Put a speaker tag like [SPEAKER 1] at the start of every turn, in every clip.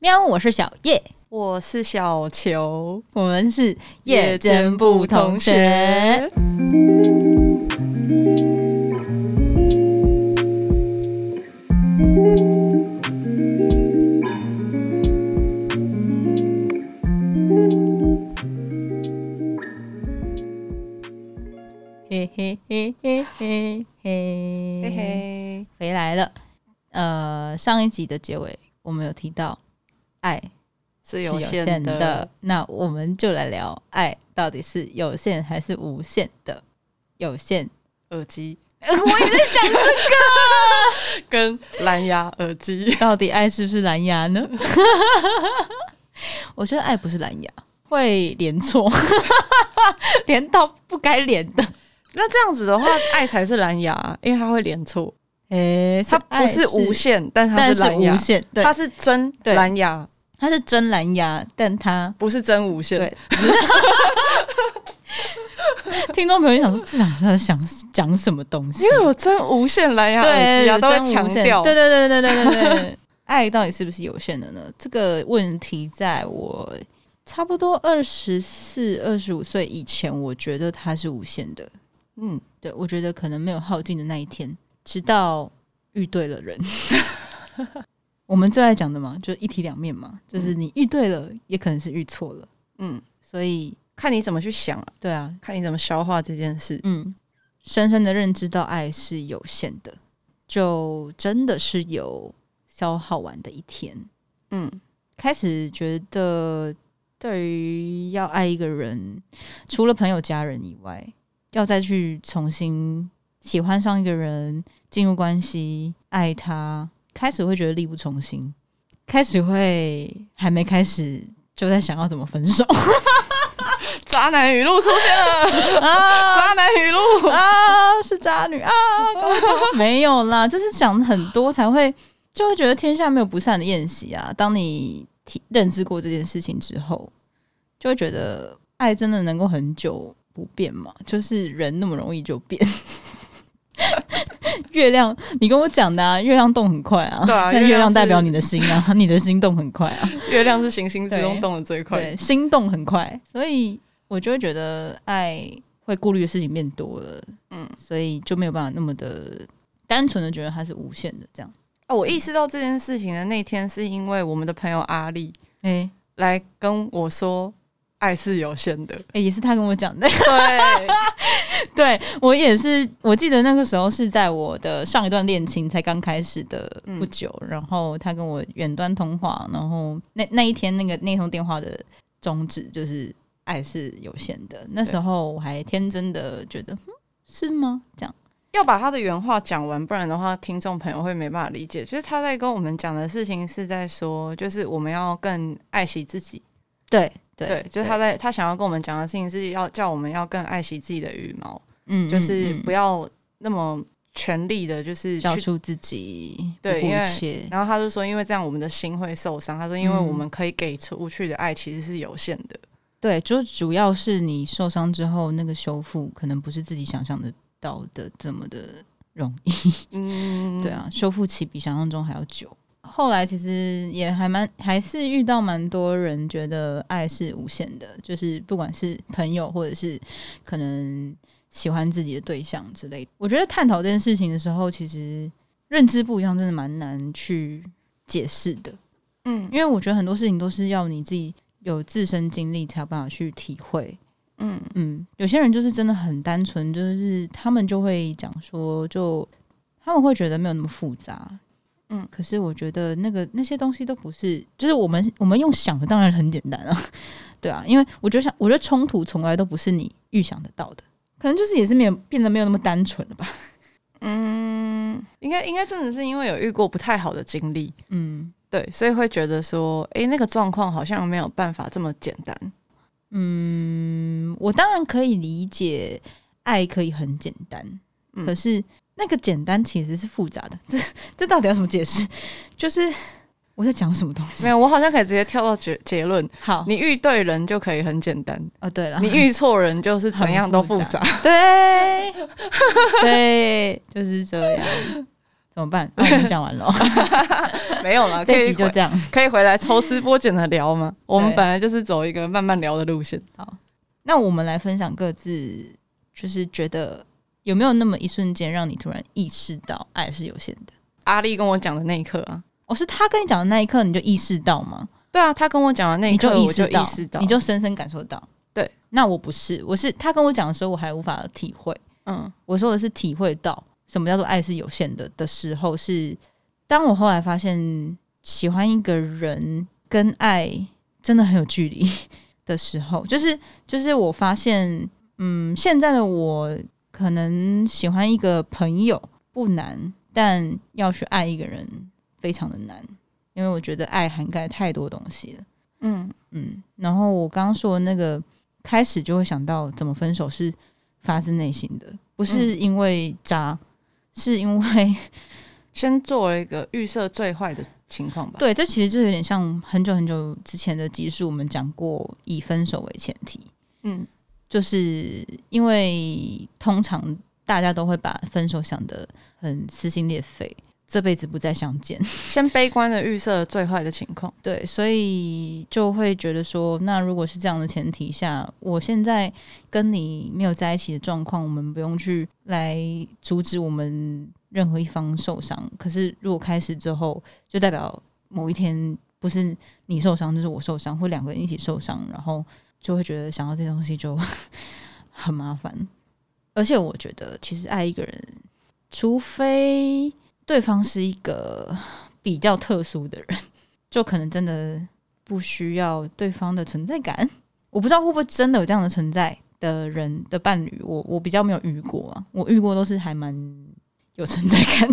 [SPEAKER 1] 喵，我是小叶，
[SPEAKER 2] 我是小球，
[SPEAKER 1] 我们是夜间部同学。。嘿嘿嘿嘿嘿嘿
[SPEAKER 2] 嘿嘿，
[SPEAKER 1] 回来了。呃，上一集的结尾我们有提到爱
[SPEAKER 2] 是
[SPEAKER 1] 是
[SPEAKER 2] 有
[SPEAKER 1] 有
[SPEAKER 2] 限
[SPEAKER 1] 限
[SPEAKER 2] 的。
[SPEAKER 1] 的，那我们就来聊爱到底是有限还是无限的？有限，
[SPEAKER 2] 耳机
[SPEAKER 1] 我也在想，
[SPEAKER 2] 跟蓝牙耳机
[SPEAKER 1] 到底爱是不是蓝牙呢？ 我觉得爱不是蓝牙，会连错， 连到不该连的。
[SPEAKER 2] 那这样子的话，爱才是蓝牙，因为它会连错，
[SPEAKER 1] 诶、
[SPEAKER 2] 它不
[SPEAKER 1] 是
[SPEAKER 2] 是
[SPEAKER 1] 爱
[SPEAKER 2] 无，线，但它
[SPEAKER 1] 但
[SPEAKER 2] 是
[SPEAKER 1] 是
[SPEAKER 2] 蓝
[SPEAKER 1] 无
[SPEAKER 2] 牙，
[SPEAKER 1] 线，对，
[SPEAKER 2] 它是真
[SPEAKER 1] 对
[SPEAKER 2] 蓝牙，
[SPEAKER 1] 它是真蓝牙，但它
[SPEAKER 2] 不是真无线。
[SPEAKER 1] 对 听众朋友想说，这两个在想讲什么东西
[SPEAKER 2] 因？为有真无线蓝牙耳
[SPEAKER 1] 对，
[SPEAKER 2] 机啊，都
[SPEAKER 1] 真
[SPEAKER 2] 会
[SPEAKER 1] 无
[SPEAKER 2] 强
[SPEAKER 1] 限
[SPEAKER 2] 调。
[SPEAKER 1] 对对对对对对 对，爱到底是不是有限的呢？这个问题在我差不多二十四、二十五岁以前，我觉得它是无限的。
[SPEAKER 2] 嗯，
[SPEAKER 1] 对我觉得可能没有耗尽的那一天，直到遇对了 人。我们最爱讲的嘛，就是一体两面嘛，就是你遇对了，也可能是遇错了。
[SPEAKER 2] 嗯，
[SPEAKER 1] 所以，
[SPEAKER 2] 看你怎么去想啊，
[SPEAKER 1] 对啊，
[SPEAKER 2] 看你怎么消化这件事。
[SPEAKER 1] 嗯，深深的认知到爱是有限的，就真的是有消耗完的一天。
[SPEAKER 2] 嗯，
[SPEAKER 1] 开始觉得，对于要爱一个人，除了朋友、家人以外，要再去重新喜欢上一个人，进入关系，爱他，开始会觉得力不从心，开始会还没开始就在想要怎么分手
[SPEAKER 2] 渣男语录出现了，
[SPEAKER 1] 啊！
[SPEAKER 2] 渣男语 录。
[SPEAKER 1] 啊，是渣女 啊，搞不好没有啦，就是想很多才会就会觉得天下没有不散的宴席啊。当你体认知过这件事情之后，就会觉得爱真的能够很久不变吗？就是人那么容易就变。 月亮，你跟我讲的啊，月亮动很快啊，
[SPEAKER 2] 对啊
[SPEAKER 1] 那
[SPEAKER 2] 月亮
[SPEAKER 1] 月亮代
[SPEAKER 2] 是
[SPEAKER 1] 表你的心啊， 你的心动很快啊，
[SPEAKER 2] 月亮是行星之中
[SPEAKER 1] 对
[SPEAKER 2] 动的最快的
[SPEAKER 1] 对，心动很快，所以我就会觉得爱会顾虑的事情变多了，嗯
[SPEAKER 2] 嗯，
[SPEAKER 1] 所以就没有办法那么的单纯的觉得它是无限的这样。
[SPEAKER 2] 哦，我意识到这件事情的那天，是因为我们的朋友阿丽
[SPEAKER 1] 哎、
[SPEAKER 2] 来跟我说，爱是有限的。
[SPEAKER 1] 哎、也是他跟我讲的，
[SPEAKER 2] 对，
[SPEAKER 1] 对我也是，我记得那个时候是在我的上一段恋情才刚开始的
[SPEAKER 2] 嗯
[SPEAKER 1] 不久，然后他跟我远端通话，然后那那一天那个那通电话的宗旨就是爱是有限的，那时候我还天真的觉得，嗯，是吗？这样。
[SPEAKER 2] 要把他的原话讲完，不然的话，听众朋友会没办法理解。就是他在跟我们讲的事情是在说，就是我们要更爱惜自己。
[SPEAKER 1] 对对
[SPEAKER 2] 对，就是他在他想要跟我们讲的事情是要叫我们要更爱惜自己的羽毛，
[SPEAKER 1] 嗯，
[SPEAKER 2] 就是不
[SPEAKER 1] 要
[SPEAKER 2] 要那么全力的，就是
[SPEAKER 1] 交
[SPEAKER 2] 去
[SPEAKER 1] 出自己，
[SPEAKER 2] 对
[SPEAKER 1] 不顾
[SPEAKER 2] 因为
[SPEAKER 1] 一切，
[SPEAKER 2] 然后他就说，因为这样我们的心会受伤。他说，因为
[SPEAKER 1] 嗯
[SPEAKER 2] 我们可以给出去的爱其实是有限的。
[SPEAKER 1] 对，就主要是你受伤之后那个修复，可能不是自己想象得到的这么的容易，
[SPEAKER 2] 嗯，
[SPEAKER 1] 对，啊，修复期比想象中还要久。后来其实也还蛮，还是遇到蛮多人觉得爱是无限的，就是不管是朋友或者是可能喜欢自己的对象之类的。我觉得探讨这件事情的时候，其实认知不一样，真的蛮难去解释的。
[SPEAKER 2] 嗯
[SPEAKER 1] 因为我觉得很多事情都是要你自己有自身经历才有办法去体会。
[SPEAKER 2] 嗯
[SPEAKER 1] 嗯，有些人就是真的很单纯，就是他们就会讲说，就他们会觉得没有那么复杂。
[SPEAKER 2] 嗯
[SPEAKER 1] 可是我觉得那个那些东西都不是，就是我们我们用想的当然很简单啊， 对啊，因为我觉得想，我觉得冲突从来都不是你预想得到的，可能就是也是没有变得没有那么单纯了吧。
[SPEAKER 2] 嗯，应该应该真的是因为有遇过不太好的经历，
[SPEAKER 1] 嗯
[SPEAKER 2] 对，所以会觉得说，诶，那个状况好像没有办法这么简 单。
[SPEAKER 1] 嗯，我当然可以理解，爱可以很简单，
[SPEAKER 2] 嗯
[SPEAKER 1] 可是那个简单其实是复杂的，这这到底要怎么解释？就是我在讲什么东西？
[SPEAKER 2] 没有，我好像可以直接跳到结结论，
[SPEAKER 1] 好，
[SPEAKER 2] 你遇对人就可以很简单，
[SPEAKER 1] 哦，对了，
[SPEAKER 2] 你遇错人就是怎 样都
[SPEAKER 1] 很复
[SPEAKER 2] 复
[SPEAKER 1] 杂
[SPEAKER 2] 杂。
[SPEAKER 1] 对对，就是这样。怎么办？啊、我们讲完了 哦，
[SPEAKER 2] 没有了，可
[SPEAKER 1] 这一
[SPEAKER 2] 以
[SPEAKER 1] 集就
[SPEAKER 2] 回
[SPEAKER 1] 这样。
[SPEAKER 2] 可以回来抽丝剥茧的 聊吗？我们
[SPEAKER 1] 对
[SPEAKER 2] 本来就是走一个慢慢聊的路线。
[SPEAKER 1] 那我们来分享各自，就是觉得有没有那么一瞬间让你突然意识到爱是有限的？
[SPEAKER 2] 阿丽跟我讲的那一刻啊，
[SPEAKER 1] 哦，是他跟你讲的那一刻你就意识到吗？
[SPEAKER 2] 对啊，他跟我讲的那一
[SPEAKER 1] 你
[SPEAKER 2] 刻，
[SPEAKER 1] 意
[SPEAKER 2] 我就
[SPEAKER 1] 到，
[SPEAKER 2] 意识到，
[SPEAKER 1] 你就深深感受到。
[SPEAKER 2] 对，
[SPEAKER 1] 那我不是，我是他跟我讲的时候，我还无法体会。
[SPEAKER 2] 嗯
[SPEAKER 1] 我说的是体会到什么叫做爱是有限的的时候是，当我后来发现喜欢一个人跟爱真的很有距离的时候，就是就是我发现，嗯，现在的我可能喜欢一个朋友不难，但要去爱一个人非常的难，因为我觉得爱涵盖太多东西了。
[SPEAKER 2] 嗯，
[SPEAKER 1] 嗯，然后我刚刚说的那个开始就会想到怎么分手是发自内心的，不是因为渣，是因为
[SPEAKER 2] 先做了一个预设最坏的情况吧。
[SPEAKER 1] 对，这其实就有点像很久很久之前的集数，我们讲过以分手为前提，
[SPEAKER 2] 嗯，
[SPEAKER 1] 就是因为通常大家都会把分手想得很撕心裂肺，这辈子不再相见。
[SPEAKER 2] 先悲观的预设最坏的情况。
[SPEAKER 1] 对，所以就会觉得说，那如果是这样的前提下，我现在跟你没有在一起的状况，我们不用去来阻止我们任何一方受伤。可是如果开始之后，就代表某一天不是你受伤，就是我受伤，或两个人一起受伤，然后就会觉得想要这些东西就 很麻烦。而且我觉得，其实爱一个人，除非对方是一个比较特殊的人。就可能真的不需要对方的存在感。 我不知道会不会真的有这样的存在的人的伴侣，我我比较没有遇过啊，我遇过都是还蛮有存在感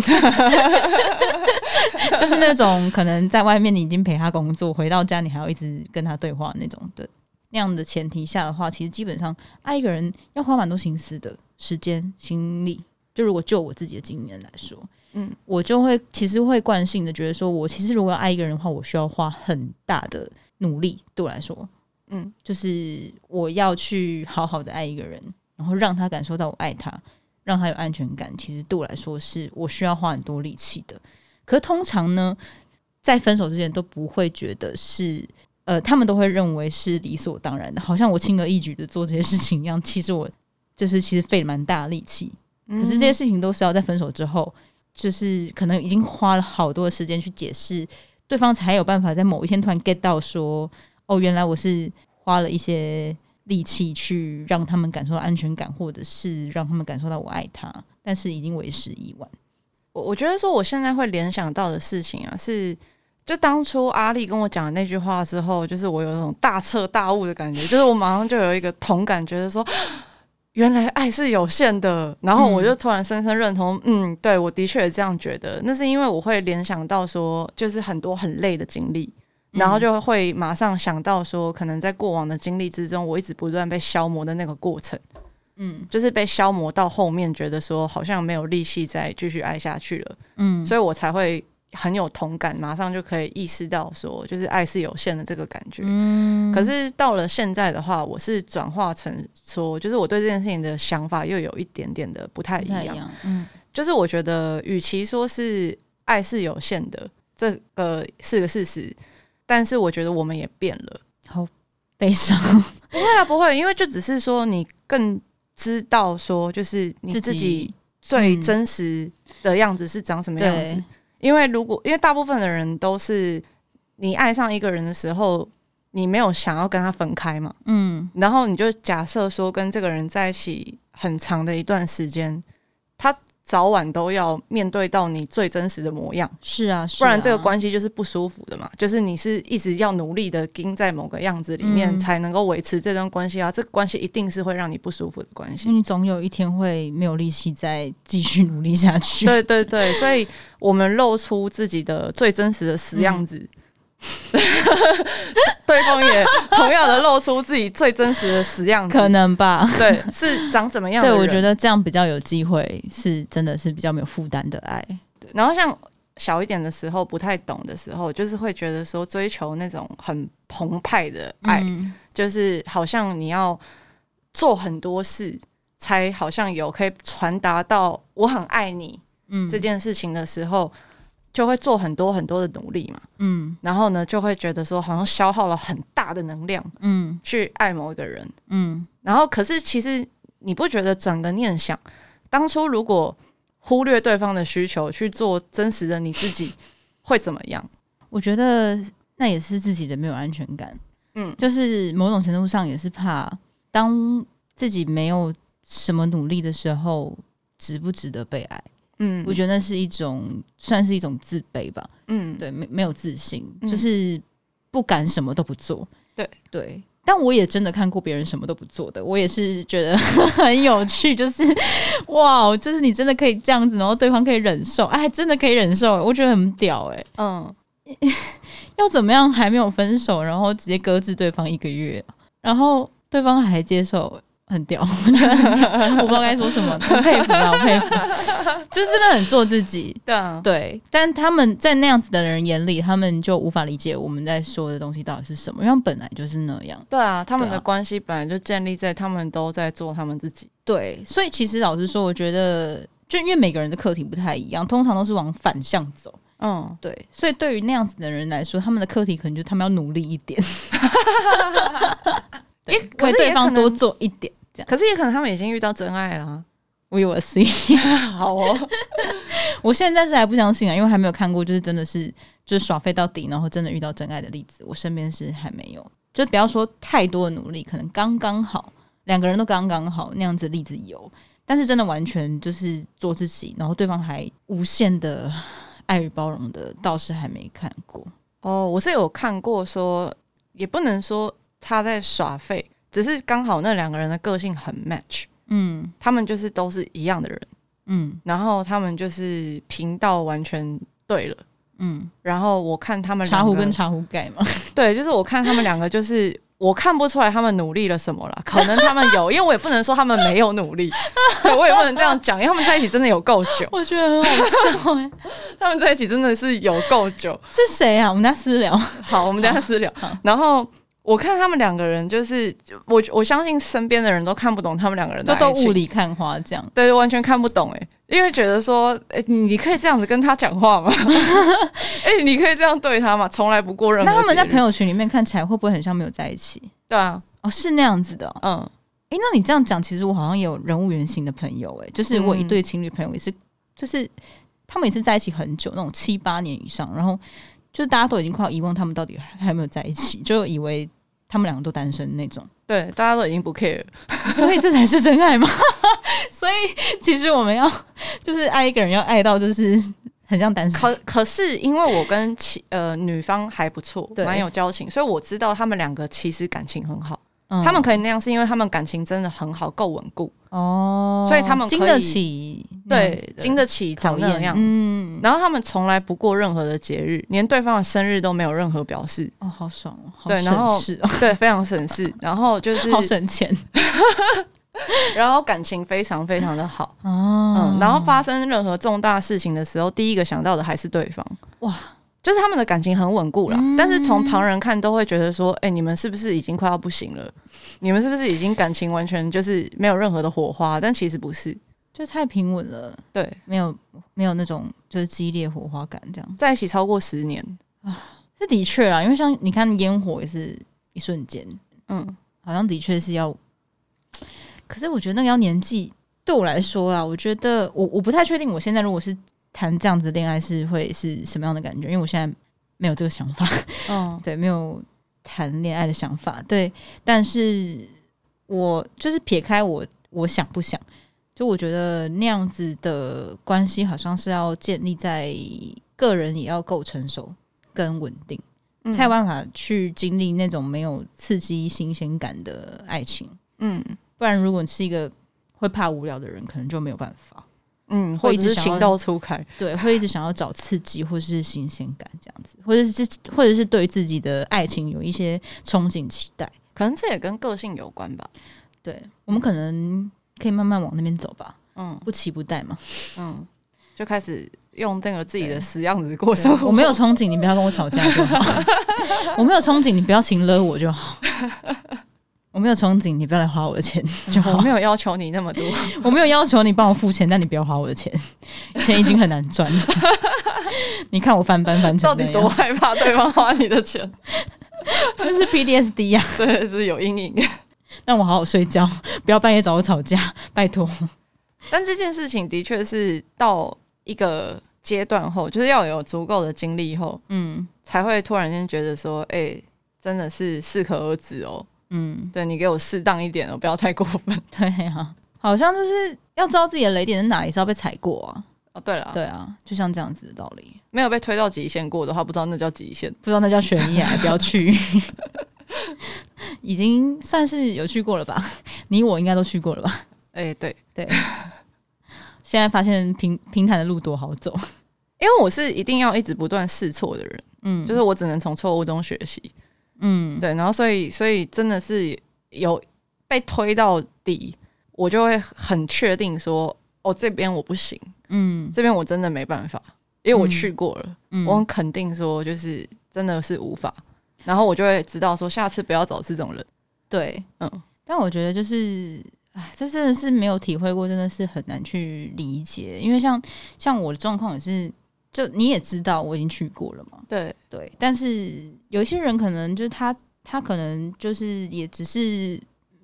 [SPEAKER 1] 的， 就是那种可能在外面你已经陪他工作，回到家你还要一直跟他对话那种的。那样的前提下的话，其实基本上爱一个人要花蛮多心思的时间、心力。就如果就我自己的经验来说，
[SPEAKER 2] 嗯，
[SPEAKER 1] 我就会其实会惯性的觉得说，我其实如果要爱一个人的话，我需要花很大的努力。对我来说，
[SPEAKER 2] 嗯，
[SPEAKER 1] 就是我要去好好的爱一个人，然后让他感受到我爱他，让他有安全感。其实对我来说，是我需要花很多力气的。可通常呢，在分手之前都不会觉得是。呃，他们都会认为是理所当然的，好像我轻而易举的做这些事情一样。其实我就是其实费了蛮大的力气，
[SPEAKER 2] 可
[SPEAKER 1] 可是这
[SPEAKER 2] 嗯
[SPEAKER 1] 些事情都是要在分手之后，就是可能已经花了好多的时间去解释，对方才有办法在某一天突然 get 到说，哦，原来我是花了一些力气去让他们感受到安全感，或者是让他们感受到我爱他，但是已经为时已晚。
[SPEAKER 2] 我我觉得说我现在会联想到的事情啊，是就当初阿丽跟我讲的那句话之后，就是我有一种大彻大悟的感觉，就是我马上就有一个同感，觉得说。原来爱是有限的，然后我就突然深深认同，嗯对我的确也这样觉得。那是因为我会联想到说，就是很多很累的经历，然后就会马上想到说，可能在过往的经历之中，我一直不断被消磨的那个过程。
[SPEAKER 1] 嗯
[SPEAKER 2] 就是被消磨到后面，觉得说好像没有力气再继续爱下去了，
[SPEAKER 1] 嗯，
[SPEAKER 2] 所以我才会很有同感，马上就可以意识到说，就是爱是有限的这个感觉。
[SPEAKER 1] 嗯
[SPEAKER 2] 可是到了现在的话，我是转化成说，就是我对这件事情的想法又有一点点的不太
[SPEAKER 1] 不
[SPEAKER 2] 一
[SPEAKER 1] 太一
[SPEAKER 2] 样。
[SPEAKER 1] 样，嗯
[SPEAKER 2] 就是我觉得，与其说是爱是有限的，这个是个事实，但是我觉得我们也变了。
[SPEAKER 1] 悲伤，
[SPEAKER 2] 不会啊，不会，因为就只是说你更知道说，就是你自己最
[SPEAKER 1] 嗯
[SPEAKER 2] 真实的样子是长什么样子。
[SPEAKER 1] 对，
[SPEAKER 2] 因为如果因为大部分的人都是你爱上一个人的时候，你没有想要跟他分开嘛，
[SPEAKER 1] 嗯
[SPEAKER 2] 然后你就假设说跟这个人在一起很长的一段时间，他早晚都要面对到你最真实的模样。
[SPEAKER 1] 是啊，是
[SPEAKER 2] 不然这个
[SPEAKER 1] 啊
[SPEAKER 2] 关系就是不舒服的嘛，就是你是一直要努力的盯在某个样子里面，
[SPEAKER 1] 嗯
[SPEAKER 2] 才能够维持这段关系啊。这个关系一定是会让你不舒服的关系。
[SPEAKER 1] 因为你总有一天会没有力气再继续努力下去。
[SPEAKER 2] 对对对，所以我们露出自己的最真实的死 样子，对方也同样的露出自己最真实的死样子。
[SPEAKER 1] 可能吧，
[SPEAKER 2] 对，是长怎么样的
[SPEAKER 1] 对，
[SPEAKER 2] 人？
[SPEAKER 1] 我觉得这样比较有机会，是真的是比较没有负担的爱。
[SPEAKER 2] 然后像小一点的时候，不太懂的时候，就是会觉得说追求那种很澎湃的爱，
[SPEAKER 1] 嗯
[SPEAKER 2] 就是好像你要做很多事，才好像有可以传达到我很爱你，
[SPEAKER 1] 嗯
[SPEAKER 2] 这件事情的时候，就会做很多很多的努力嘛。
[SPEAKER 1] 嗯
[SPEAKER 2] 然后呢，就会觉得说好像消耗了很大的能量
[SPEAKER 1] 嗯
[SPEAKER 2] 去爱某一个人。
[SPEAKER 1] 嗯
[SPEAKER 2] 然后可是其实你不觉得转个念想，当初如果忽略对方的需求去做真实的你自己，会怎么样？
[SPEAKER 1] 我觉得那也是自己的没有安全感，
[SPEAKER 2] 嗯
[SPEAKER 1] 就是某种程度上也是怕当自己没有什么努力的时候，值不值得被爱？
[SPEAKER 2] 嗯
[SPEAKER 1] 我觉得那是一种算是一种自卑吧，
[SPEAKER 2] 嗯
[SPEAKER 1] 对，没没有自信，
[SPEAKER 2] 嗯
[SPEAKER 1] 就是不敢什么都不做，
[SPEAKER 2] 对
[SPEAKER 1] 对。但我也真的看过别人什么都不做的，我也是觉得很有趣，就是哇，就是你真的可以这样子，然后对方可以忍受，哎，真的可以忍受，我觉得很屌哎、
[SPEAKER 2] 嗯，
[SPEAKER 1] 要怎么样还没有分手，然后直接搁置对方一个月，然后对方还接受，很屌， 我觉得很屌我不知道该说什么，很佩服啊，我佩服，就是真的很做自己，
[SPEAKER 2] 对啊，
[SPEAKER 1] 对，但他们在那样子的人眼里，他们就无法理解我们在说的东西到底是什么，因为他们本来就是那样。
[SPEAKER 2] 对啊，他们
[SPEAKER 1] 对
[SPEAKER 2] 的
[SPEAKER 1] 啊
[SPEAKER 2] 关系本来就建立在他们都在做他们自己。
[SPEAKER 1] 对，所以其实老实说，我觉得就因为每个人的课题不太一样，通常都是往反向走。
[SPEAKER 2] 嗯，
[SPEAKER 1] 对，所以对于那样子的人来说，他们的课题可能就是他们要努力一 点，对
[SPEAKER 2] 可
[SPEAKER 1] 为
[SPEAKER 2] 是也
[SPEAKER 1] 对
[SPEAKER 2] 可
[SPEAKER 1] 方
[SPEAKER 2] 能
[SPEAKER 1] 多做一点。这样
[SPEAKER 2] 可是也可能他们已经遇到真爱啦。
[SPEAKER 1] ，We will see。
[SPEAKER 2] 好哦，
[SPEAKER 1] 我现在是还不相信啊，因为还没有看过，就是真的是就是耍废到底，然后真的遇到真爱的例子，我身边是还没有。就不要说太多的努力，可能刚刚好，两个人都刚刚好那样子的例子有，但是真的完全就是做自己，然后对方还无限的爱与包容的，倒是还没看过。
[SPEAKER 2] 哦，我是有看过说，也不能说他在耍废，只是刚好那两个人的个性很 match，
[SPEAKER 1] 嗯
[SPEAKER 2] 他们就是都是一样的人，
[SPEAKER 1] 嗯
[SPEAKER 2] 然后他们就是频道完全对了。
[SPEAKER 1] 嗯，
[SPEAKER 2] 然后我看他们
[SPEAKER 1] 茶
[SPEAKER 2] 两
[SPEAKER 1] 壶
[SPEAKER 2] 个
[SPEAKER 1] 跟茶壶盖嘛，
[SPEAKER 2] 对，就是我看他们两个，就是我看不出来他们努力了什么啦，可能他们有，因为我也不能说他们没有努力，对我也不能这样讲，因为他们在一起真的有够 久，
[SPEAKER 1] 我觉得很好笑哎、
[SPEAKER 2] 他们在一起真的是有够久。
[SPEAKER 1] 是谁啊？我们家私 聊。
[SPEAKER 2] 好，我们等一下私聊
[SPEAKER 1] 好好。
[SPEAKER 2] 然后我看他们两个人，就是我我相信身边的人都看不懂他们两个人的
[SPEAKER 1] 都
[SPEAKER 2] 爱
[SPEAKER 1] 都雾
[SPEAKER 2] 情，
[SPEAKER 1] 里看花这样，
[SPEAKER 2] 对，完全看不懂哎、因为觉得说，哎、你你可以这样子跟他讲话吗？ 哎、你可以这样对他吗？从来不过任何
[SPEAKER 1] 那
[SPEAKER 2] 节日。
[SPEAKER 1] 他们在朋友群里面看起来会不会很像没有在一起？
[SPEAKER 2] 对啊，
[SPEAKER 1] 哦，是那样子的、哦。
[SPEAKER 2] 嗯，
[SPEAKER 1] 诶，那你这样讲，其实我好像也有人物原型的朋友、诶，就是我一对情侣朋友也是，就是他们也是在一起很久，那种七八年以上，然后就是大家都已经快要遗忘他们到底还有没有在一起，就以为他们两个都单身那种，
[SPEAKER 2] 对，大家都已经不 care 了。
[SPEAKER 1] 所以这才是真爱吗？ 所以其实我们要就是爱一个人，要爱到就是很像单身，
[SPEAKER 2] 可可是因为我跟其呃女方还不错，
[SPEAKER 1] 对
[SPEAKER 2] 蛮有交情，所以我知道他们两个其实感情很好。
[SPEAKER 1] 嗯
[SPEAKER 2] 他们可以那样，是因为他们感情真的很好，够稳固，
[SPEAKER 1] 哦，
[SPEAKER 2] 所以他们
[SPEAKER 1] 经
[SPEAKER 2] 可
[SPEAKER 1] 得
[SPEAKER 2] 以
[SPEAKER 1] 起那样子
[SPEAKER 2] 对
[SPEAKER 1] 的，
[SPEAKER 2] 经得起
[SPEAKER 1] 考
[SPEAKER 2] 长那
[SPEAKER 1] 验，
[SPEAKER 2] 样。
[SPEAKER 1] 嗯，
[SPEAKER 2] 然后他们从来不过任何的节日，连对方的生日都没有任何表示，
[SPEAKER 1] 哦，好爽哦，好
[SPEAKER 2] 对然后
[SPEAKER 1] 省事哦，
[SPEAKER 2] 对，非常省事。然后就是，
[SPEAKER 1] 好省钱
[SPEAKER 2] 然后感情非常非常的好，
[SPEAKER 1] 哦
[SPEAKER 2] 嗯。然后发生任何重大事情的时候，第一个想到的还是对方。
[SPEAKER 1] 哇，
[SPEAKER 2] 就是他们的感情很稳固啦，
[SPEAKER 1] 嗯
[SPEAKER 2] 但是从旁人看都会觉得说，哎、你们是不是已经快要不行了？你们是不是已经感情完全就是没有任何的火花？但其实不是，
[SPEAKER 1] 就太平稳了，
[SPEAKER 2] 对，
[SPEAKER 1] 没有没有那种就是激烈火花感，这样
[SPEAKER 2] 在一起超过十年，
[SPEAKER 1] 是的确啦，因为像你看烟火也是一瞬间，
[SPEAKER 2] 嗯，
[SPEAKER 1] 好像的确是要，可是我觉得那个要年纪，对我来说啦，我觉得我我不太确定，我现在如果是谈这样子恋爱是会是什么样的感觉，因为我现在没有这个想法，
[SPEAKER 2] 嗯，
[SPEAKER 1] 对，没有谈恋爱的想法，对，但是我就是撇开我我想不想，就我觉得那样子的关系好像是要建立在个人也要够成熟跟稳定，
[SPEAKER 2] 嗯
[SPEAKER 1] 才有，办法去经历那种没有刺激新鲜感的爱情，
[SPEAKER 2] 嗯
[SPEAKER 1] 不然如果你是一个会怕无聊的人，可能就没有办法。
[SPEAKER 2] 嗯，
[SPEAKER 1] 会
[SPEAKER 2] 或
[SPEAKER 1] 一
[SPEAKER 2] 者
[SPEAKER 1] 直
[SPEAKER 2] 是
[SPEAKER 1] 想
[SPEAKER 2] 情
[SPEAKER 1] 要
[SPEAKER 2] 窦初开，
[SPEAKER 1] 对，会一直想要找刺激或是新鲜感这样子，或者是或者是对自己的爱情有一些憧憬期待。
[SPEAKER 2] 可能这也跟个性有关吧，
[SPEAKER 1] 对，我们可能可以慢慢往那边走吧，
[SPEAKER 2] 嗯
[SPEAKER 1] 不期不待嘛。
[SPEAKER 2] 嗯，就开始用这个自己的
[SPEAKER 1] 对
[SPEAKER 2] 死样子过生活。
[SPEAKER 1] 我没有憧憬，你不要跟我吵架就好。我没有憧憬，你不要请了我就好。我没有憧憬，你不要来花我的钱就好
[SPEAKER 2] 我。没有要求你那么多，
[SPEAKER 1] 我没有要求你帮我付钱，但你不要花我的钱，钱已经很难赚了。你看我翻班翻成
[SPEAKER 2] 到
[SPEAKER 1] 那样
[SPEAKER 2] 底多害怕对方花你的钱？
[SPEAKER 1] 这就是 PDSD 呀、
[SPEAKER 2] 对，是有阴影。
[SPEAKER 1] 啊让我好好睡觉，不要半夜找我吵架，拜托。
[SPEAKER 2] 但这件事情的确是到一个阶段后，就是要有足够的经历后，
[SPEAKER 1] 嗯
[SPEAKER 2] 才会突然间觉得说，哎、真的是适可而止哦。
[SPEAKER 1] 嗯，
[SPEAKER 2] 对你给我适当一点哦，不要太过分。
[SPEAKER 1] 对啊，好像就是要知道自己的雷点在哪里，是要被踩过啊。
[SPEAKER 2] 哦，对了，
[SPEAKER 1] 对啊，就像这样子的道理。
[SPEAKER 2] 没有被推到极限过的话，不知道那叫极限。
[SPEAKER 1] 不知道那叫悬崖，不要 去。已经算是有去过了吧？你我应该都去过了吧？
[SPEAKER 2] 哎、对，
[SPEAKER 1] 现在发现平平坦的路多好走，
[SPEAKER 2] 因为我是一定要一直不断试错的人，
[SPEAKER 1] 嗯，
[SPEAKER 2] 就是我只能从错误中学习。
[SPEAKER 1] 嗯，
[SPEAKER 2] 对，然后所以所以真的是有被推到底，我就会很确定说，哦，这边我不行，
[SPEAKER 1] 嗯
[SPEAKER 2] 这边我真的没办法，因为我去过了，
[SPEAKER 1] 嗯，
[SPEAKER 2] 我很肯定说，就是真的是无法。然后我就会知道说，下次不要找这种人。
[SPEAKER 1] 对，
[SPEAKER 2] 嗯，
[SPEAKER 1] 但我觉得就是，哎，这真的是没有体会过，真的是很难去理解。因为像像我的状况也是，就你也知道我已经去过了嘛，
[SPEAKER 2] 对，
[SPEAKER 1] 对，但是有一些人可能就是他，他可能就是也只是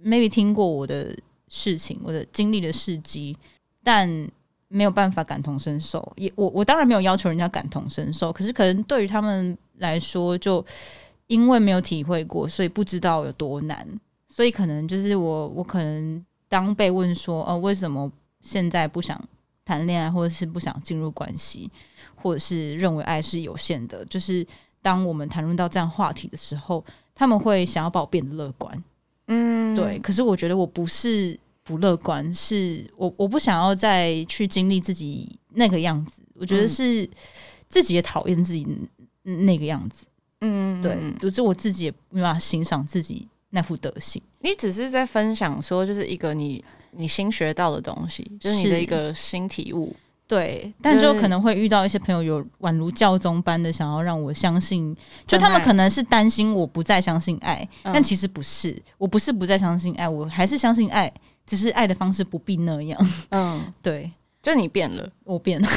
[SPEAKER 1] maybe 听过我的事情，我的经历的事迹，但没有办法感同身受。也我我当然没有要求人家感同身受，可是可能对于他们来说，就因为没有体会过，所以不知道有多难。所以可能就是我，我可能当被问说，呃，为什么现在不想谈恋爱，或者是不想进入关系，或者是认为爱是有限的，就是当我们谈论到这样话题的时候，他们会想要把我变得乐观。
[SPEAKER 2] 嗯
[SPEAKER 1] 对，，可是我觉得我不是不乐观，是我我不想要再去经历自己那个样子。我觉得
[SPEAKER 2] 嗯
[SPEAKER 1] 是自己也讨厌自己那个样子，
[SPEAKER 2] 嗯，
[SPEAKER 1] 对
[SPEAKER 2] 嗯，
[SPEAKER 1] 就是我自己也没办法欣赏自己那副德行。
[SPEAKER 2] 你只是在分享说，就是一个你你新学到的东西，就是你
[SPEAKER 1] 是
[SPEAKER 2] 的一个新体悟。
[SPEAKER 1] 对，但就
[SPEAKER 2] 就是
[SPEAKER 1] 可能会遇到一些朋友有宛如教宗般的想要让我相信，就
[SPEAKER 2] 真
[SPEAKER 1] 他们
[SPEAKER 2] 爱
[SPEAKER 1] 可能是担心我不再相信爱，
[SPEAKER 2] 嗯
[SPEAKER 1] 但其实不是，我不是不再相信爱，我还是相信爱，只是爱的方式不必那样。
[SPEAKER 2] 嗯，
[SPEAKER 1] 对
[SPEAKER 2] 就你变了，
[SPEAKER 1] 我变了，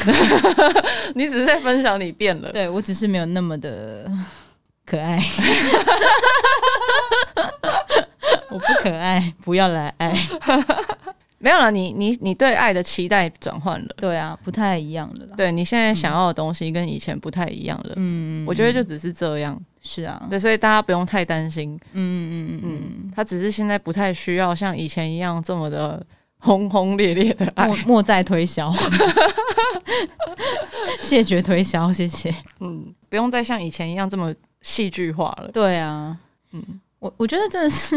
[SPEAKER 2] 你只是在分享你变了。
[SPEAKER 1] 对我只是没有那么的 可 爱，我不可爱，不要来爱。
[SPEAKER 2] 没有了，你你你对爱的期待转换了，
[SPEAKER 1] 对啊，不太一样了啦。
[SPEAKER 2] 对你现在想要的东西跟以前不太一样了。
[SPEAKER 1] 嗯，
[SPEAKER 2] 我觉得就只是这样，
[SPEAKER 1] 是啊，
[SPEAKER 2] 对，所以大家不用太担心。
[SPEAKER 1] 嗯嗯嗯嗯
[SPEAKER 2] 嗯，他只是现在不太需要像以前一样这么的轰轰烈烈的
[SPEAKER 1] 嗯，
[SPEAKER 2] 爱。
[SPEAKER 1] 莫莫再推销， 谢绝推销，谢谢。
[SPEAKER 2] 嗯，不用再像以前一样这么戏剧化了。
[SPEAKER 1] 对啊，
[SPEAKER 2] 嗯
[SPEAKER 1] 我我觉得真的是，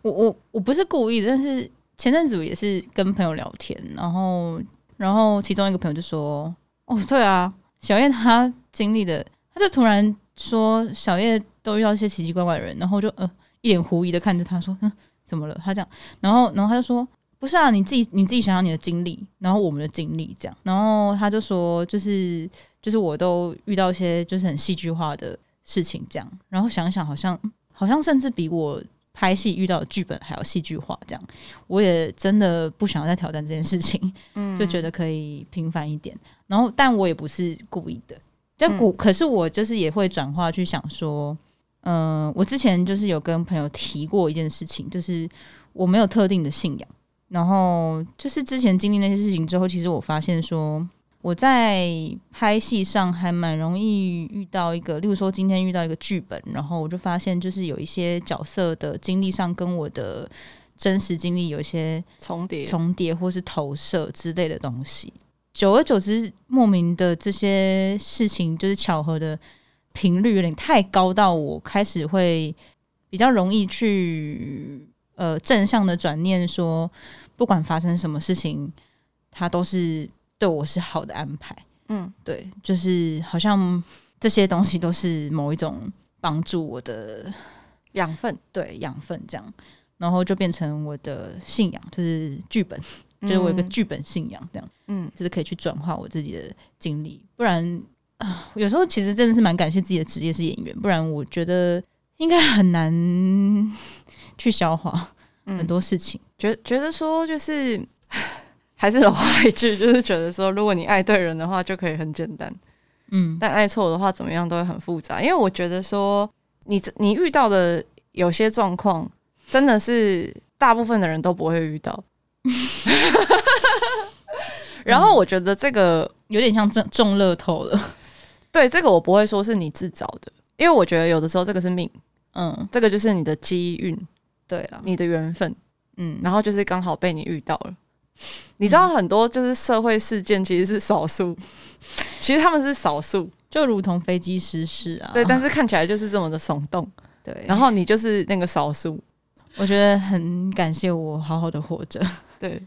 [SPEAKER 1] 我我我不是故意的，但是前阵子也是跟朋友聊天，然后然后其中一个朋友就说：“哦，对啊，小叶她经历的，他就突然说小叶都遇到一些奇奇怪怪的人，然后我就呃一脸狐疑的看着他说：‘嗯，怎么了？’他这样，然后然后他就说。”不是啊，你自己你自己想想你的经历，然后我们的经历这样，然后他就说，就是就是我都遇到一些就是很戏剧化的事情这样，然后想一想好像嗯好像甚至比我拍戏遇到的剧本还要戏剧化，这样我也真的不想要再挑战这件事情，
[SPEAKER 2] 嗯
[SPEAKER 1] 就觉得可以平凡一点。然后，但我也不是故意的，但
[SPEAKER 2] 嗯
[SPEAKER 1] 古、可是我就是也会转化去想说，嗯、我之前就是有跟朋友提过一件事情，就是我没有特定的信仰，然后就是之前经历那些事情之后，其实我发现说。我在拍戏上还蛮容易遇到一个，例如说今天遇到一个剧本，然后我就发现就是有一些角色的经历上跟我的真实经历有一些
[SPEAKER 2] 重叠。
[SPEAKER 1] 重叠或是投射之类的东西。久而久之，莫名的这些事情就是巧合的频率有点太高，到我开始会比较容易去呃正向的转念说，不管发生什么事情，它都是对我是好的安排。
[SPEAKER 2] 嗯，
[SPEAKER 1] 对，就是好像这些东西都是某一种帮助我的
[SPEAKER 2] 养分
[SPEAKER 1] 对养分这样，然后就变成我的信仰，就是剧本，就是我有个剧本信仰，这样
[SPEAKER 2] 嗯
[SPEAKER 1] 就是可以去转化我自己的经历。不然啊，有时候其实真的是蛮感谢自己的职业是演员，不然我觉得应该很难去消化。
[SPEAKER 2] 嗯
[SPEAKER 1] 很多事情。
[SPEAKER 2] 觉觉得说就是， 还是老话一句，就是觉得说，如果你爱对人的话，就可以很简单；
[SPEAKER 1] 嗯，
[SPEAKER 2] 但爱错的话，怎么样都会很复杂。因为我觉得说，你这你遇到的有些状况，真的是大部分的人都不会遇到。 然后我觉得这个
[SPEAKER 1] 有点像中中乐透了。
[SPEAKER 2] 对这个我不会说是你自找的，因为我觉得有的时候这个是命，
[SPEAKER 1] 嗯，
[SPEAKER 2] 这个就是你的机运、
[SPEAKER 1] 对 了，
[SPEAKER 2] 你的缘分。
[SPEAKER 1] 嗯，
[SPEAKER 2] 然后就是刚好被你遇到了。你知道很多就是社会事件其实是少数，其实他们是少数，
[SPEAKER 1] 就如同飞机失事啊，
[SPEAKER 2] 对，但是看起来就是这么的耸动，
[SPEAKER 1] 对。
[SPEAKER 2] 然后你就是那个少数，
[SPEAKER 1] 我觉得很感谢我好好的活着，
[SPEAKER 2] 对。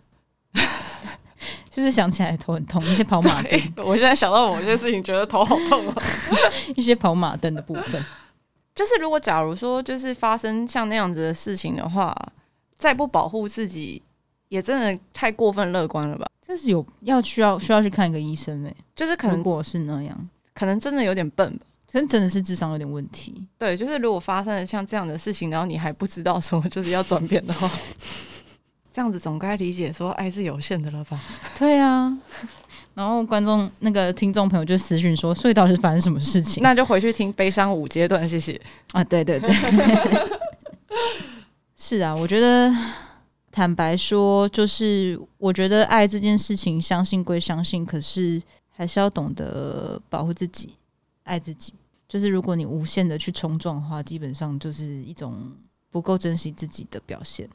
[SPEAKER 1] 就是想起来头很痛，一些跑
[SPEAKER 2] 啊
[SPEAKER 1] 马灯，
[SPEAKER 2] 我现在想到某些事情，觉得头好痛哦。
[SPEAKER 1] 一些跑马灯的部分。
[SPEAKER 2] 就是如果假如说就是发生像那样子的事情的话，再不保护自己，也真的太过分乐观了吧？
[SPEAKER 1] 这是有要需要需要去看一个医生诶、
[SPEAKER 2] 就是可
[SPEAKER 1] 如
[SPEAKER 2] 能
[SPEAKER 1] 果是那样，
[SPEAKER 2] 可能真的有点笨吧。
[SPEAKER 1] 真真的是智商有点问题。
[SPEAKER 2] 对，就是如果发生了像这样的事情，然后你还不知道说就是要转变的话， 这样子总该理解说爱是有限的了吧？
[SPEAKER 1] 对啊， 然后观众那个听众朋友就私讯说，所以到底是发生什么事情？
[SPEAKER 2] 那就回去听悲伤五阶段，谢谢。
[SPEAKER 1] 啊，对对 对，是啊，我觉得坦白说，就是我觉得爱这件事情，相信归相信，可是还是要懂得保护自己，爱自己。就是如果你无限的去冲撞的话，基本上就是一种不够珍惜自己的表现。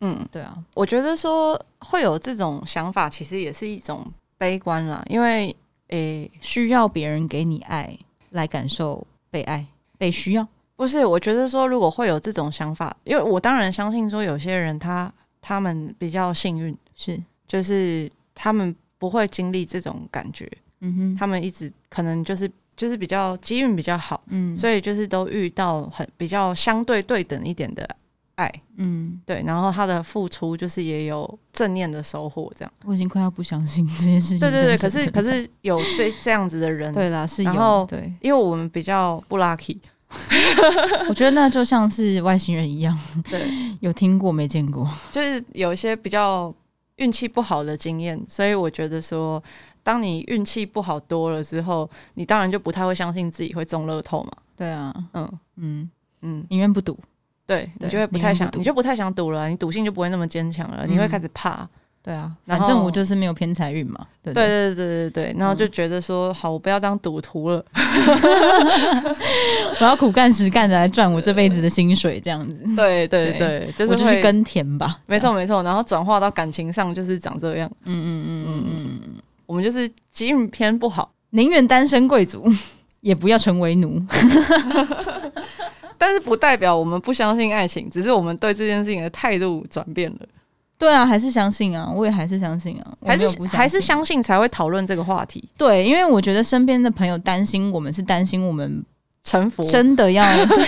[SPEAKER 2] 嗯，
[SPEAKER 1] 对啊，
[SPEAKER 2] 我觉得说会有这种想法，其实也是一种悲观啦，因为诶、
[SPEAKER 1] 需要别人给你爱来感受被爱、被需要。
[SPEAKER 2] 不是，我觉得说如果会有这种想法，因为我当然相信说有些人他他们比较幸运，
[SPEAKER 1] 是，
[SPEAKER 2] 就是他们不会经历这种感觉，
[SPEAKER 1] 嗯哼，
[SPEAKER 2] 他们一直可能就是就是比较机运比较好。
[SPEAKER 1] 嗯，
[SPEAKER 2] 所以就是都遇到很比较相对对等一点的爱，
[SPEAKER 1] 嗯，
[SPEAKER 2] 对，然后他的付出就是也有正念的收获，这样，
[SPEAKER 1] 我已经快要不相信这件事情
[SPEAKER 2] 对
[SPEAKER 1] 嗯真
[SPEAKER 2] 对
[SPEAKER 1] 实
[SPEAKER 2] 对，可
[SPEAKER 1] 存在。
[SPEAKER 2] 是可是有这这样子的人，
[SPEAKER 1] 对啦，是
[SPEAKER 2] 然
[SPEAKER 1] 有
[SPEAKER 2] 后
[SPEAKER 1] 对，
[SPEAKER 2] 因为我们比较不 lucky，
[SPEAKER 1] 我觉得那就像是外星人一样，
[SPEAKER 2] 对，
[SPEAKER 1] 有听过没见过。
[SPEAKER 2] 就是有一些比较运气不好的经验，所以我觉得说，当你运气不好多了之后，你当然就不太会相信自己会中乐透嘛，
[SPEAKER 1] 对啊，
[SPEAKER 2] 嗯
[SPEAKER 1] 嗯，
[SPEAKER 2] 嗯，
[SPEAKER 1] 宁愿不赌。
[SPEAKER 2] 对
[SPEAKER 1] 嗯
[SPEAKER 2] 你
[SPEAKER 1] 对
[SPEAKER 2] 就会不
[SPEAKER 1] 宁
[SPEAKER 2] 太
[SPEAKER 1] 愿
[SPEAKER 2] 想
[SPEAKER 1] 不，赌
[SPEAKER 2] 你就不太想赌了啊，你赌性就不会那么坚强了，你会
[SPEAKER 1] 嗯
[SPEAKER 2] 开始怕，
[SPEAKER 1] 对啊，
[SPEAKER 2] 然
[SPEAKER 1] 反
[SPEAKER 2] 后
[SPEAKER 1] 正我就是没有偏财运嘛。对不嗯对
[SPEAKER 2] 对对对对对，然后就觉得说，好，我不要当赌徒了。
[SPEAKER 1] 我要苦干实干的来赚我这辈子的薪水，这样子，
[SPEAKER 2] 对对
[SPEAKER 1] 对
[SPEAKER 2] 对，就
[SPEAKER 1] 我就
[SPEAKER 2] 是会
[SPEAKER 1] 去，耕田吧。
[SPEAKER 2] 没错没错。然后转化到感情上，就是长这样。
[SPEAKER 1] 这样，嗯嗯嗯嗯嗯，
[SPEAKER 2] 我们就是基因偏不好，
[SPEAKER 1] 宁愿单身贵族， 也不要成为奴。
[SPEAKER 2] 但是不代表我们不相信爱情，只是我们对这件事情的态度转变了，
[SPEAKER 1] 对啊，还是相信啊，我也还是相信啊，我
[SPEAKER 2] 还
[SPEAKER 1] 没有
[SPEAKER 2] 是
[SPEAKER 1] 不
[SPEAKER 2] 还是
[SPEAKER 1] 信
[SPEAKER 2] 相信才会讨论这个话题，
[SPEAKER 1] 对，因为我觉得身边的朋友担心我们是担心我们
[SPEAKER 2] 臣服。
[SPEAKER 1] 真的 要对，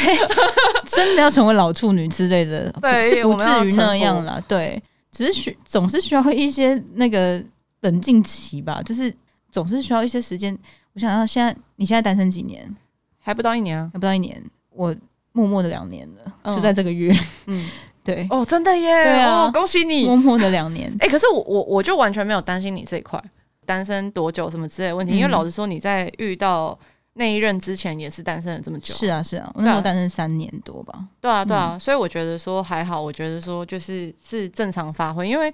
[SPEAKER 1] 真的要成为老处女之类的，不
[SPEAKER 2] 对
[SPEAKER 1] 是不
[SPEAKER 2] 我们要
[SPEAKER 1] 至于
[SPEAKER 2] 臣
[SPEAKER 1] 那
[SPEAKER 2] 服
[SPEAKER 1] 样啦。对，只是需总是需要一些那个冷静期吧，就是总是需要一些时间。我想要现在你现在单身几年？
[SPEAKER 2] 还不到一年啊，
[SPEAKER 1] 还不到一年，我默默的两年了，
[SPEAKER 2] 嗯
[SPEAKER 1] 就在这个月，
[SPEAKER 2] 嗯，
[SPEAKER 1] 对，
[SPEAKER 2] 哦，真的耶，
[SPEAKER 1] 对啊
[SPEAKER 2] 哦，恭喜你，
[SPEAKER 1] 默默的两年。
[SPEAKER 2] 哎、可是我我我就完全没有担心你这一块单身多久什么之类的问题，因为
[SPEAKER 1] 嗯
[SPEAKER 2] 老实说，你在遇到那一任之前也是单身了这么久，
[SPEAKER 1] 是嗯啊，是啊，我那时
[SPEAKER 2] 对
[SPEAKER 1] 候
[SPEAKER 2] 啊
[SPEAKER 1] 单身三年多吧。
[SPEAKER 2] 对啊对啊，所以我觉得说还好，我觉得说就是是正常发挥，因为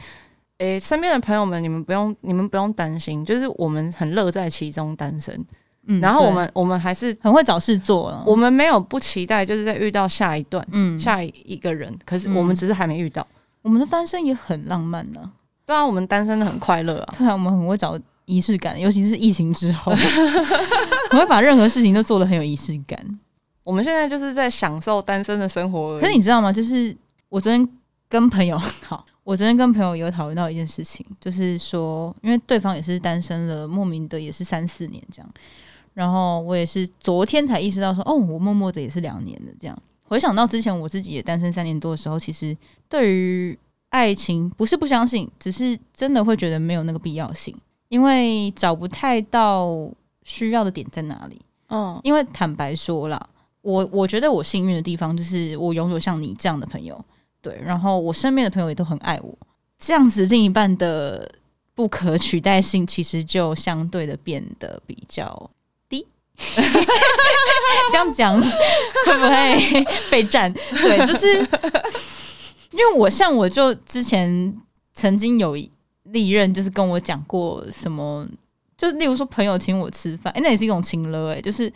[SPEAKER 2] 诶、身边的朋友们，你们不用你们不用担心，就是我们很乐在其中单身，
[SPEAKER 1] 嗯，
[SPEAKER 2] 然后我
[SPEAKER 1] 对
[SPEAKER 2] 们我们还是
[SPEAKER 1] 很会找事做了。
[SPEAKER 2] 我们没有不期待，就是在遇到下一段。
[SPEAKER 1] 嗯，
[SPEAKER 2] 下一个人，可是
[SPEAKER 1] 嗯
[SPEAKER 2] 我们只是还没遇到。
[SPEAKER 1] 我们的单身也很浪漫呢、
[SPEAKER 2] 对啊，我们单身的很快乐啊。
[SPEAKER 1] 对啊，我们很会找仪式感，尤其是疫情之后， 我会把任何事情都做得很有仪式感。
[SPEAKER 2] 我们现在就是在享受单身的生活而已。
[SPEAKER 1] 可是你知道吗？就是我昨天跟朋友， 好，我昨天跟朋友有讨论到一件事情，就是说，因为对方也是单身了，莫名的也是三四年这样，然后我也是昨天才意识到说，哦，我默默的也是两年了这样。回想到之前我自己也单身三年多的时候，其实对于爱情不是不相信，只是真的会觉得没有那个必要性，因为找不太到需要的点在哪里。
[SPEAKER 2] 嗯，
[SPEAKER 1] 因为坦白说啦，我我觉得我幸运的地方就是我拥有像你这样的朋友，对，然后我身边的朋友也都很爱我，这样子另一半的不可取代性其实就相对的变得比较低。 这样讲会不会被占？对，就是因为我像我就之前曾经有一历任就是跟我讲过什么，就例如说朋友请我吃饭，哎、那也是一种情了哎、就是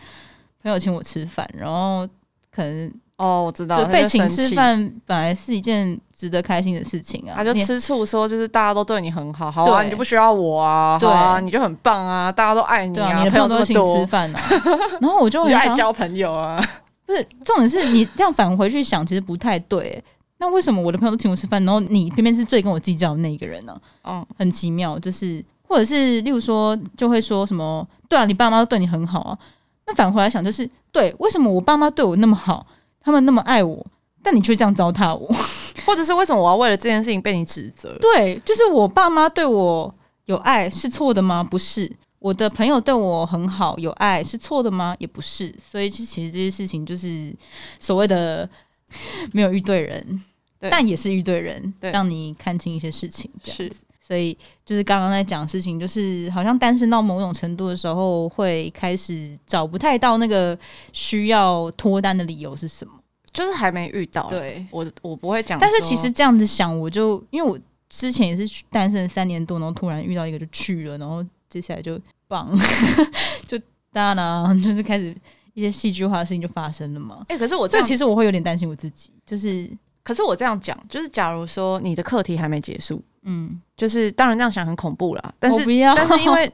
[SPEAKER 1] 朋友请我吃饭，然后可能
[SPEAKER 2] 哦，我知道
[SPEAKER 1] 对，
[SPEAKER 2] 他
[SPEAKER 1] 被
[SPEAKER 2] 就
[SPEAKER 1] 请
[SPEAKER 2] 生
[SPEAKER 1] 吃
[SPEAKER 2] 气，
[SPEAKER 1] 饭本来是一件值得开心的事情啊，
[SPEAKER 2] 他就
[SPEAKER 1] 你
[SPEAKER 2] 吃醋说，就是大家都对你很好，好啊，
[SPEAKER 1] 对
[SPEAKER 2] 你就不需要我啊，好啊，
[SPEAKER 1] 对
[SPEAKER 2] 你就很棒啊，大家都爱你
[SPEAKER 1] 对啊，你的朋
[SPEAKER 2] 朋
[SPEAKER 1] 友
[SPEAKER 2] 友
[SPEAKER 1] 都会
[SPEAKER 2] 这
[SPEAKER 1] 请
[SPEAKER 2] 么
[SPEAKER 1] 吃
[SPEAKER 2] 多，
[SPEAKER 1] 饭 啊，然后我就很
[SPEAKER 2] 你就爱
[SPEAKER 1] 想，
[SPEAKER 2] 交朋友啊，
[SPEAKER 1] 不是重点是你这样返回去想，其实不太对欸、那为什么我的朋友都请我吃饭，然后你偏偏是最跟我计较的那一个人呢、
[SPEAKER 2] 嗯，
[SPEAKER 1] 很奇妙，就是或者是例如说，就会说什么，对啊，你爸妈都对你很好啊。那返回来想，就是对，为什么我爸妈对我那么好，他们那么爱我，但你却这样糟蹋我？
[SPEAKER 2] 或者是为什么我要为了这件事情被你指责？
[SPEAKER 1] 对，就是我爸妈对我有爱是错的吗？不是。我的朋友对我很好，有爱是错的吗？也不是。所以其实其实这些事情就是所谓的 没有遇对人，
[SPEAKER 2] 对
[SPEAKER 1] 但也是遇对人，
[SPEAKER 2] 对
[SPEAKER 1] 让你看清一些事情。这样
[SPEAKER 2] 是，
[SPEAKER 1] 所以就是刚刚在讲的事情，就是好像单身到某种程度的时候，会开始找不太到那个需要脱单的理由是什么。
[SPEAKER 2] 就是还没遇到，，
[SPEAKER 1] 对，
[SPEAKER 2] 我我不会讲说，
[SPEAKER 1] 但是其实这样子想，我就因为我之前也是去单身了三年多，然后突然遇到一个就去了，然后接下来就棒， 就当然啦 就是开始一些戏剧化的事情就发生了嘛。
[SPEAKER 2] 哎、可是我这
[SPEAKER 1] 这
[SPEAKER 2] 样
[SPEAKER 1] 个其实我会有点担心我自己，就是
[SPEAKER 2] 可是我这样讲，就是假如说你的课题还没结束，
[SPEAKER 1] 嗯，
[SPEAKER 2] 就是当然这样想很恐怖啦，但
[SPEAKER 1] 我
[SPEAKER 2] 是
[SPEAKER 1] 哦不要，
[SPEAKER 2] 但是因为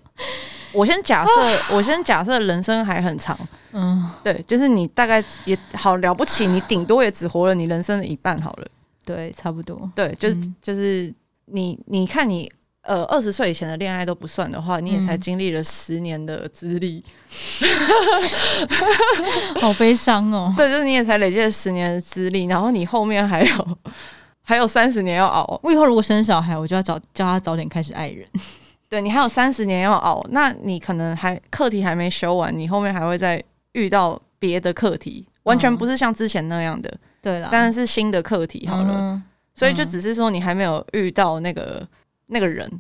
[SPEAKER 2] 我先假设， 我先假设人生还很长，
[SPEAKER 1] 嗯，
[SPEAKER 2] 对，就是你大概也好了不起，你顶多也只活了你人生的一半好了，
[SPEAKER 1] 对，差不多，
[SPEAKER 2] 对，就是、
[SPEAKER 1] 嗯
[SPEAKER 2] 就是你你看你。呃，二十岁以前的恋爱都不算的话，你也才
[SPEAKER 1] 嗯
[SPEAKER 2] 经历了十年的资历，
[SPEAKER 1] 好悲伤哦。
[SPEAKER 2] 对，就是你也才累积了十年的资历，然后你后面还有还有三十年要熬，啊
[SPEAKER 1] 我以后如果生小孩，我就要早叫他早点开始爱人。
[SPEAKER 2] 对你还有三十年要熬，那你可能还课题还没修完，你后面还会再遇到别的课题，完全
[SPEAKER 1] 嗯
[SPEAKER 2] 不是像之前那样的，
[SPEAKER 1] 对啦
[SPEAKER 2] 当然是新的课题好了。
[SPEAKER 1] 嗯
[SPEAKER 2] 所以就只是说你还没有遇到那个那个人，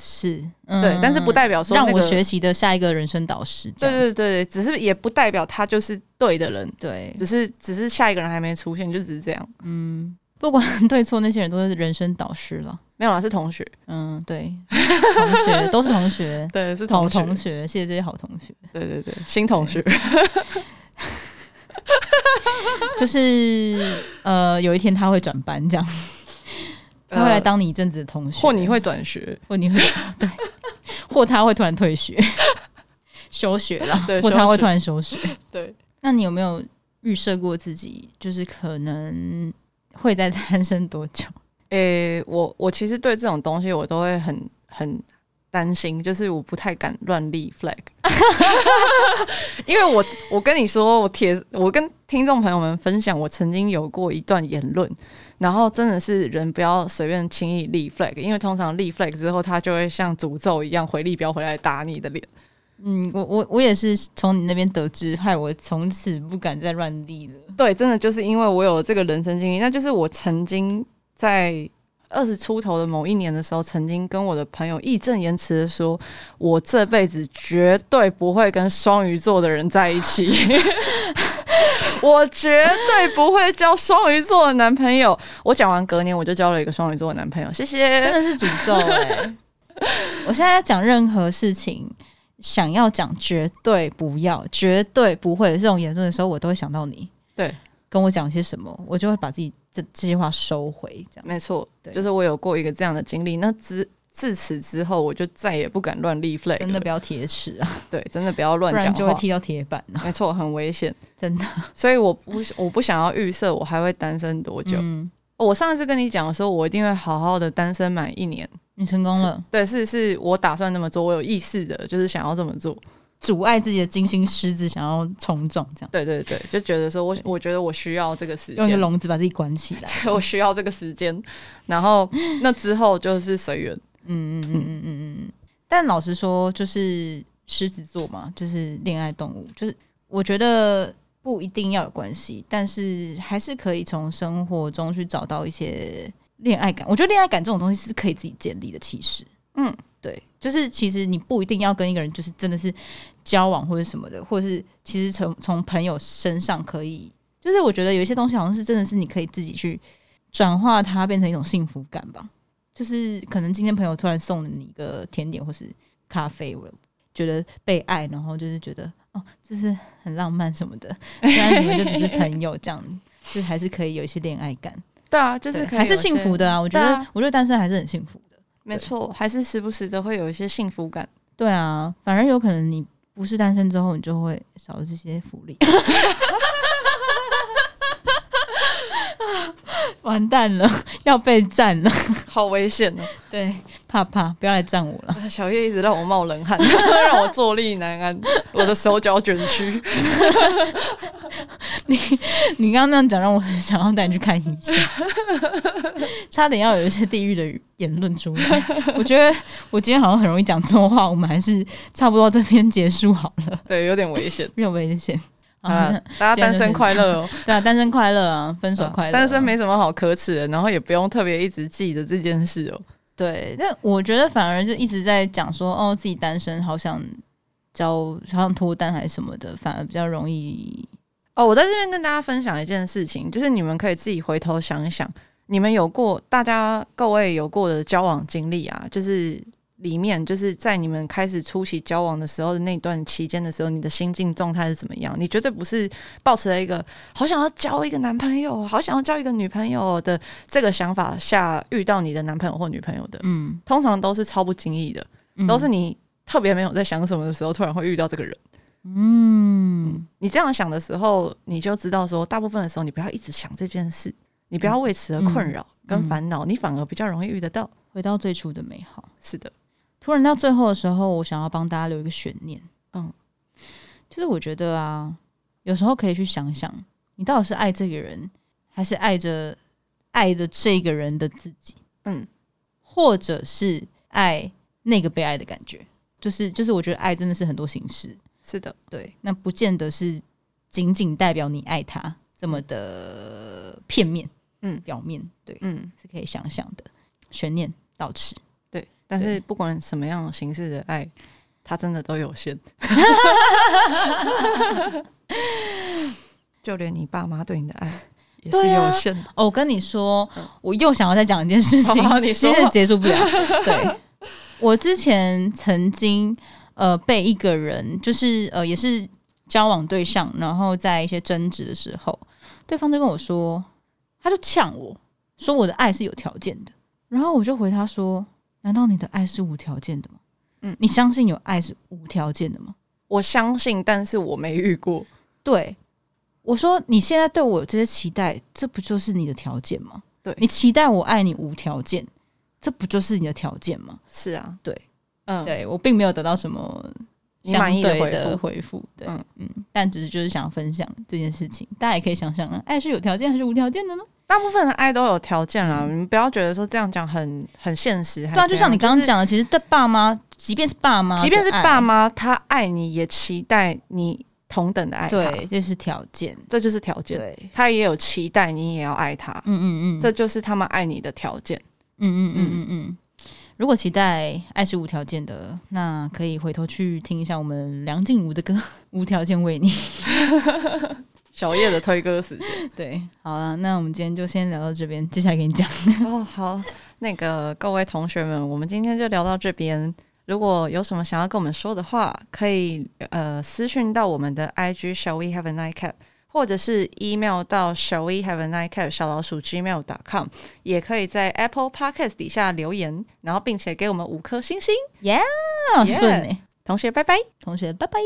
[SPEAKER 1] 是，
[SPEAKER 2] 对，
[SPEAKER 1] 嗯
[SPEAKER 2] 但是不代表说
[SPEAKER 1] 让
[SPEAKER 2] 那
[SPEAKER 1] 我
[SPEAKER 2] 个
[SPEAKER 1] 学习的下一个人生导师这
[SPEAKER 2] 对
[SPEAKER 1] 样。
[SPEAKER 2] 对对对，只是也不代表他就是对的人，
[SPEAKER 1] 对
[SPEAKER 2] 只是只是下一个人还没出现，就只是这样，
[SPEAKER 1] 嗯，不管对错，那些人都是人生导师了。
[SPEAKER 2] 没有啦，是同学，
[SPEAKER 1] 嗯，对，同学都是同学，
[SPEAKER 2] 对，是
[SPEAKER 1] 好
[SPEAKER 2] 学，
[SPEAKER 1] 同学，谢谢这些好同学。
[SPEAKER 2] 对对对，新同学，
[SPEAKER 1] 就是呃，有一天他会转班，这样他会来
[SPEAKER 2] 呃
[SPEAKER 1] 当你一阵子的同学，
[SPEAKER 2] 或你会转学，
[SPEAKER 1] 或你会 对，或他会突然退学、 休学了
[SPEAKER 2] 对，
[SPEAKER 1] 或他
[SPEAKER 2] 休
[SPEAKER 1] 会
[SPEAKER 2] 学
[SPEAKER 1] 突然休学。
[SPEAKER 2] 对，
[SPEAKER 1] 那你有没有预设过自己，就是可能会在单身多久？
[SPEAKER 2] 诶、我我其实对这种东西我都会很很担心，就是我不太敢乱立 flag，因为我我跟你说，我铁我跟听众朋友们分享，我曾经有过一段言论，然后真的是人不要随便轻易立 flag，因为通常立 flag 之后，他就会像诅咒一样回力镖回来打你的脸。
[SPEAKER 1] 嗯，我我我也是从你那边得知，害我从此不敢再乱立了。
[SPEAKER 2] 对，真的就是因为我有这个人生经历，那就是我曾经在二十出头的某一年的时候，曾经跟我的朋友义正言辞的说，我这辈子绝对不会跟双鱼座的人在 一起。我绝对不会交双鱼座的男朋友。我讲完隔年我就交了一个双鱼座的男朋友，谢
[SPEAKER 1] 真
[SPEAKER 2] 谢。
[SPEAKER 1] 的是诅咒哎、 我现在讲任何事情，想要讲绝对不要，绝对不会有这种言论的时候，我都会想到你。
[SPEAKER 2] 对，
[SPEAKER 1] 跟我讲些什么，我就会把自己这这些话收回。这样，
[SPEAKER 2] 没错，
[SPEAKER 1] 对
[SPEAKER 2] 就是我有过一个这样的经历。那自自此之后，我就再也不敢乱立 flag 了。
[SPEAKER 1] 真的不要铁齿啊，
[SPEAKER 2] 对，真的不要乱
[SPEAKER 1] 不然
[SPEAKER 2] 讲
[SPEAKER 1] 就会
[SPEAKER 2] 话。
[SPEAKER 1] 踢到铁板啊！
[SPEAKER 2] 没错，很危险。
[SPEAKER 1] 真的，
[SPEAKER 2] 所以我不我不想要预设我还会单身多久。
[SPEAKER 1] 嗯，
[SPEAKER 2] 我上一次跟你讲说，我一定会好好的单身满一年。
[SPEAKER 1] 你成功了，
[SPEAKER 2] 对，是是我打算那么做，我有意识的，就是想要这么做。
[SPEAKER 1] 阻碍自己的金星狮子想要冲撞，这样
[SPEAKER 2] 对对对，就觉得说我我觉得我需要这个时
[SPEAKER 1] 用 一个
[SPEAKER 2] 间，
[SPEAKER 1] 笼子把自己关起来。
[SPEAKER 2] 对我需要这个时间。然后那之后就是随缘。
[SPEAKER 1] 嗯嗯嗯嗯嗯嗯。但老实说，就是狮子座嘛，就是恋爱动物，就是我觉得不一定要有关系，但是还是可以从生活中去找到一些恋爱感。我觉得恋爱感这种东西是可以自己建立的，其实，
[SPEAKER 2] 嗯，
[SPEAKER 1] 对，就是其实你不一定要跟一个人就是真的是交往或者什么的，或者是其实从从朋友身上可以，就是我觉得有一些东西好像是真的是你可以自己去转化它，变成一种幸福感吧。就是可能今天朋友突然送了你一个甜点或是咖啡，我觉得被爱，然后就是觉得哦，这是很浪漫什么的。虽然你们就只是朋友这样， 就是还是可以有一些恋爱感，
[SPEAKER 2] 对啊，就是
[SPEAKER 1] 对
[SPEAKER 2] 可以
[SPEAKER 1] 还是
[SPEAKER 2] 有些
[SPEAKER 1] 幸福，的啊。我觉
[SPEAKER 2] 对
[SPEAKER 1] 得
[SPEAKER 2] 啊，
[SPEAKER 1] 我觉得单身还是很幸福的。
[SPEAKER 2] 没错，还是时不时的会有一些幸福感。
[SPEAKER 1] 对啊，反而有可能你不是单身之后，你就会少了这些福利。 完蛋了，要被占了！
[SPEAKER 2] 好危险哦！
[SPEAKER 1] 对，怕怕，不要来占我了。
[SPEAKER 2] 小叶一直让我冒冷汗， 让我坐立难安，我的手脚卷曲。
[SPEAKER 1] 你刚刚那样讲，让我很想要带你去看医 生，差点要有一些地狱的言论出来。我觉得我今天好像很容易讲错话，我们还是差不多这边结束好了，
[SPEAKER 2] 对，有点危险。
[SPEAKER 1] 没有危险。
[SPEAKER 2] 好了
[SPEAKER 1] 啊，，
[SPEAKER 2] 大家 单身快乐哦，
[SPEAKER 1] 对啊，单身快乐啊，分手快乐、
[SPEAKER 2] 单身没什么好可耻的，然后也不用特别一直记着这件事哦。
[SPEAKER 1] 对，但我觉得反而就一直在讲说，哦，自己单身，好想交，好想脱单还是什么的，反而比较容易。
[SPEAKER 2] 哦，我在这边跟大家分享一件事情，就是你们可以自己回头想一想，你们有过大家各位有过的交往经历啊，就是里面就是在你们开始初期交往的时候的那段期间的时候，你的心境状态是怎么样？你绝对不是抱持了一个好想要交一个男朋友，好想要交一个女朋友的这个想法下遇到你的男朋友或女朋友的，
[SPEAKER 1] 嗯，
[SPEAKER 2] 通常都是超不经意的，
[SPEAKER 1] 嗯
[SPEAKER 2] 都是你特别没有在想什么的时候，突然会遇到这个人。
[SPEAKER 1] 嗯，
[SPEAKER 2] 你这样想的时候，你就知道说，大部分的时候你不要一直想这件事，你不要为此而困
[SPEAKER 1] 嗯
[SPEAKER 2] 扰跟烦恼，你反而比较容易遇得到。
[SPEAKER 1] 回到最初的美好。
[SPEAKER 2] 是的，
[SPEAKER 1] 突然到最后的时候，我想要帮大家留一个悬念。
[SPEAKER 2] 嗯，
[SPEAKER 1] 就是我觉得啊，有时候可以去想想，你到底是爱这个人，还是爱着爱的这个人的自己，
[SPEAKER 2] 嗯，
[SPEAKER 1] 或者是爱那个被爱的感觉。就是就是，我觉得爱真的是很多形式。
[SPEAKER 2] 是的，
[SPEAKER 1] 对，那不见得是仅仅代表你爱他这么的片面，
[SPEAKER 2] 嗯
[SPEAKER 1] 表面对，
[SPEAKER 2] 嗯，
[SPEAKER 1] 是可以想想的。悬念到此。
[SPEAKER 2] 对。但是不管什么样形式的爱，它真的都有限。 就连你爸妈对你的 爱也是
[SPEAKER 1] 对啊
[SPEAKER 2] 有限的。
[SPEAKER 1] 哦，我跟你说，我又想要再讲一件事情，
[SPEAKER 2] 好嗯哦你说
[SPEAKER 1] 真的结束不了。对， 我之前曾经呃被一个人，就是呃也是交往对象，然后在一些争执的时候，对方就跟我说，他就呛我说我的爱是有条件的，然后我就回他说，难道你的爱是无条件的吗？
[SPEAKER 2] 嗯
[SPEAKER 1] 嗯，你相信有爱是无条件的吗？
[SPEAKER 2] 我相信，但是我没遇过。
[SPEAKER 1] 对，我说你现在对我有这些期待，这不就是你的条件吗？
[SPEAKER 2] 对
[SPEAKER 1] 你期待我爱你无条件，这不就是你的条件吗？
[SPEAKER 2] 是啊，
[SPEAKER 1] 对，
[SPEAKER 2] 嗯，
[SPEAKER 1] 对我并没有得到什么
[SPEAKER 2] 你满意的
[SPEAKER 1] 相对
[SPEAKER 2] 回
[SPEAKER 1] 的
[SPEAKER 2] 复
[SPEAKER 1] 回复，对，
[SPEAKER 2] 嗯
[SPEAKER 1] 嗯但只是就是想分享这件事情，大家也可以想想啊，爱是有条件还是无条件的呢？
[SPEAKER 2] 大部分的爱都有条件啦，你们不要觉得说这样讲很很现实。
[SPEAKER 1] 对啊，就像你刚
[SPEAKER 2] 讲。
[SPEAKER 1] 刚
[SPEAKER 2] 是
[SPEAKER 1] 讲的，其实对爸妈，即便是爸妈的爱，
[SPEAKER 2] 即便是爸妈，他爱你也期待你同等的爱他，
[SPEAKER 1] 对，这是条件，
[SPEAKER 2] 这就是条件。
[SPEAKER 1] 对，
[SPEAKER 2] 他也有期待，你也要爱他，
[SPEAKER 1] 嗯嗯嗯，
[SPEAKER 2] 这就是他们爱你的条件。
[SPEAKER 1] 嗯嗯嗯嗯嗯。如果期待爱是无条件的，那可以回头去听一下我们梁静茹的歌《无条件为你》。
[SPEAKER 2] 小叶的推歌时间
[SPEAKER 1] 对，好了，那我们今天就先聊到这边，接下来给你讲。
[SPEAKER 2] 哦，好，那个各位同学们，我们今天就聊到这边。如果有什么想要跟我们说的话，可以呃私讯到我们的 IG shall we have a nightcap，或者是 email 到 shall we have a nightcap 小老鼠 gmail.com，也可以在 Apple Podcast 底下留言，然后并且给我们五颗星星。
[SPEAKER 1] 哦耶、yeah!，顺
[SPEAKER 2] Yeah
[SPEAKER 1] 哎、
[SPEAKER 2] 同学，拜拜。
[SPEAKER 1] 同学，拜拜。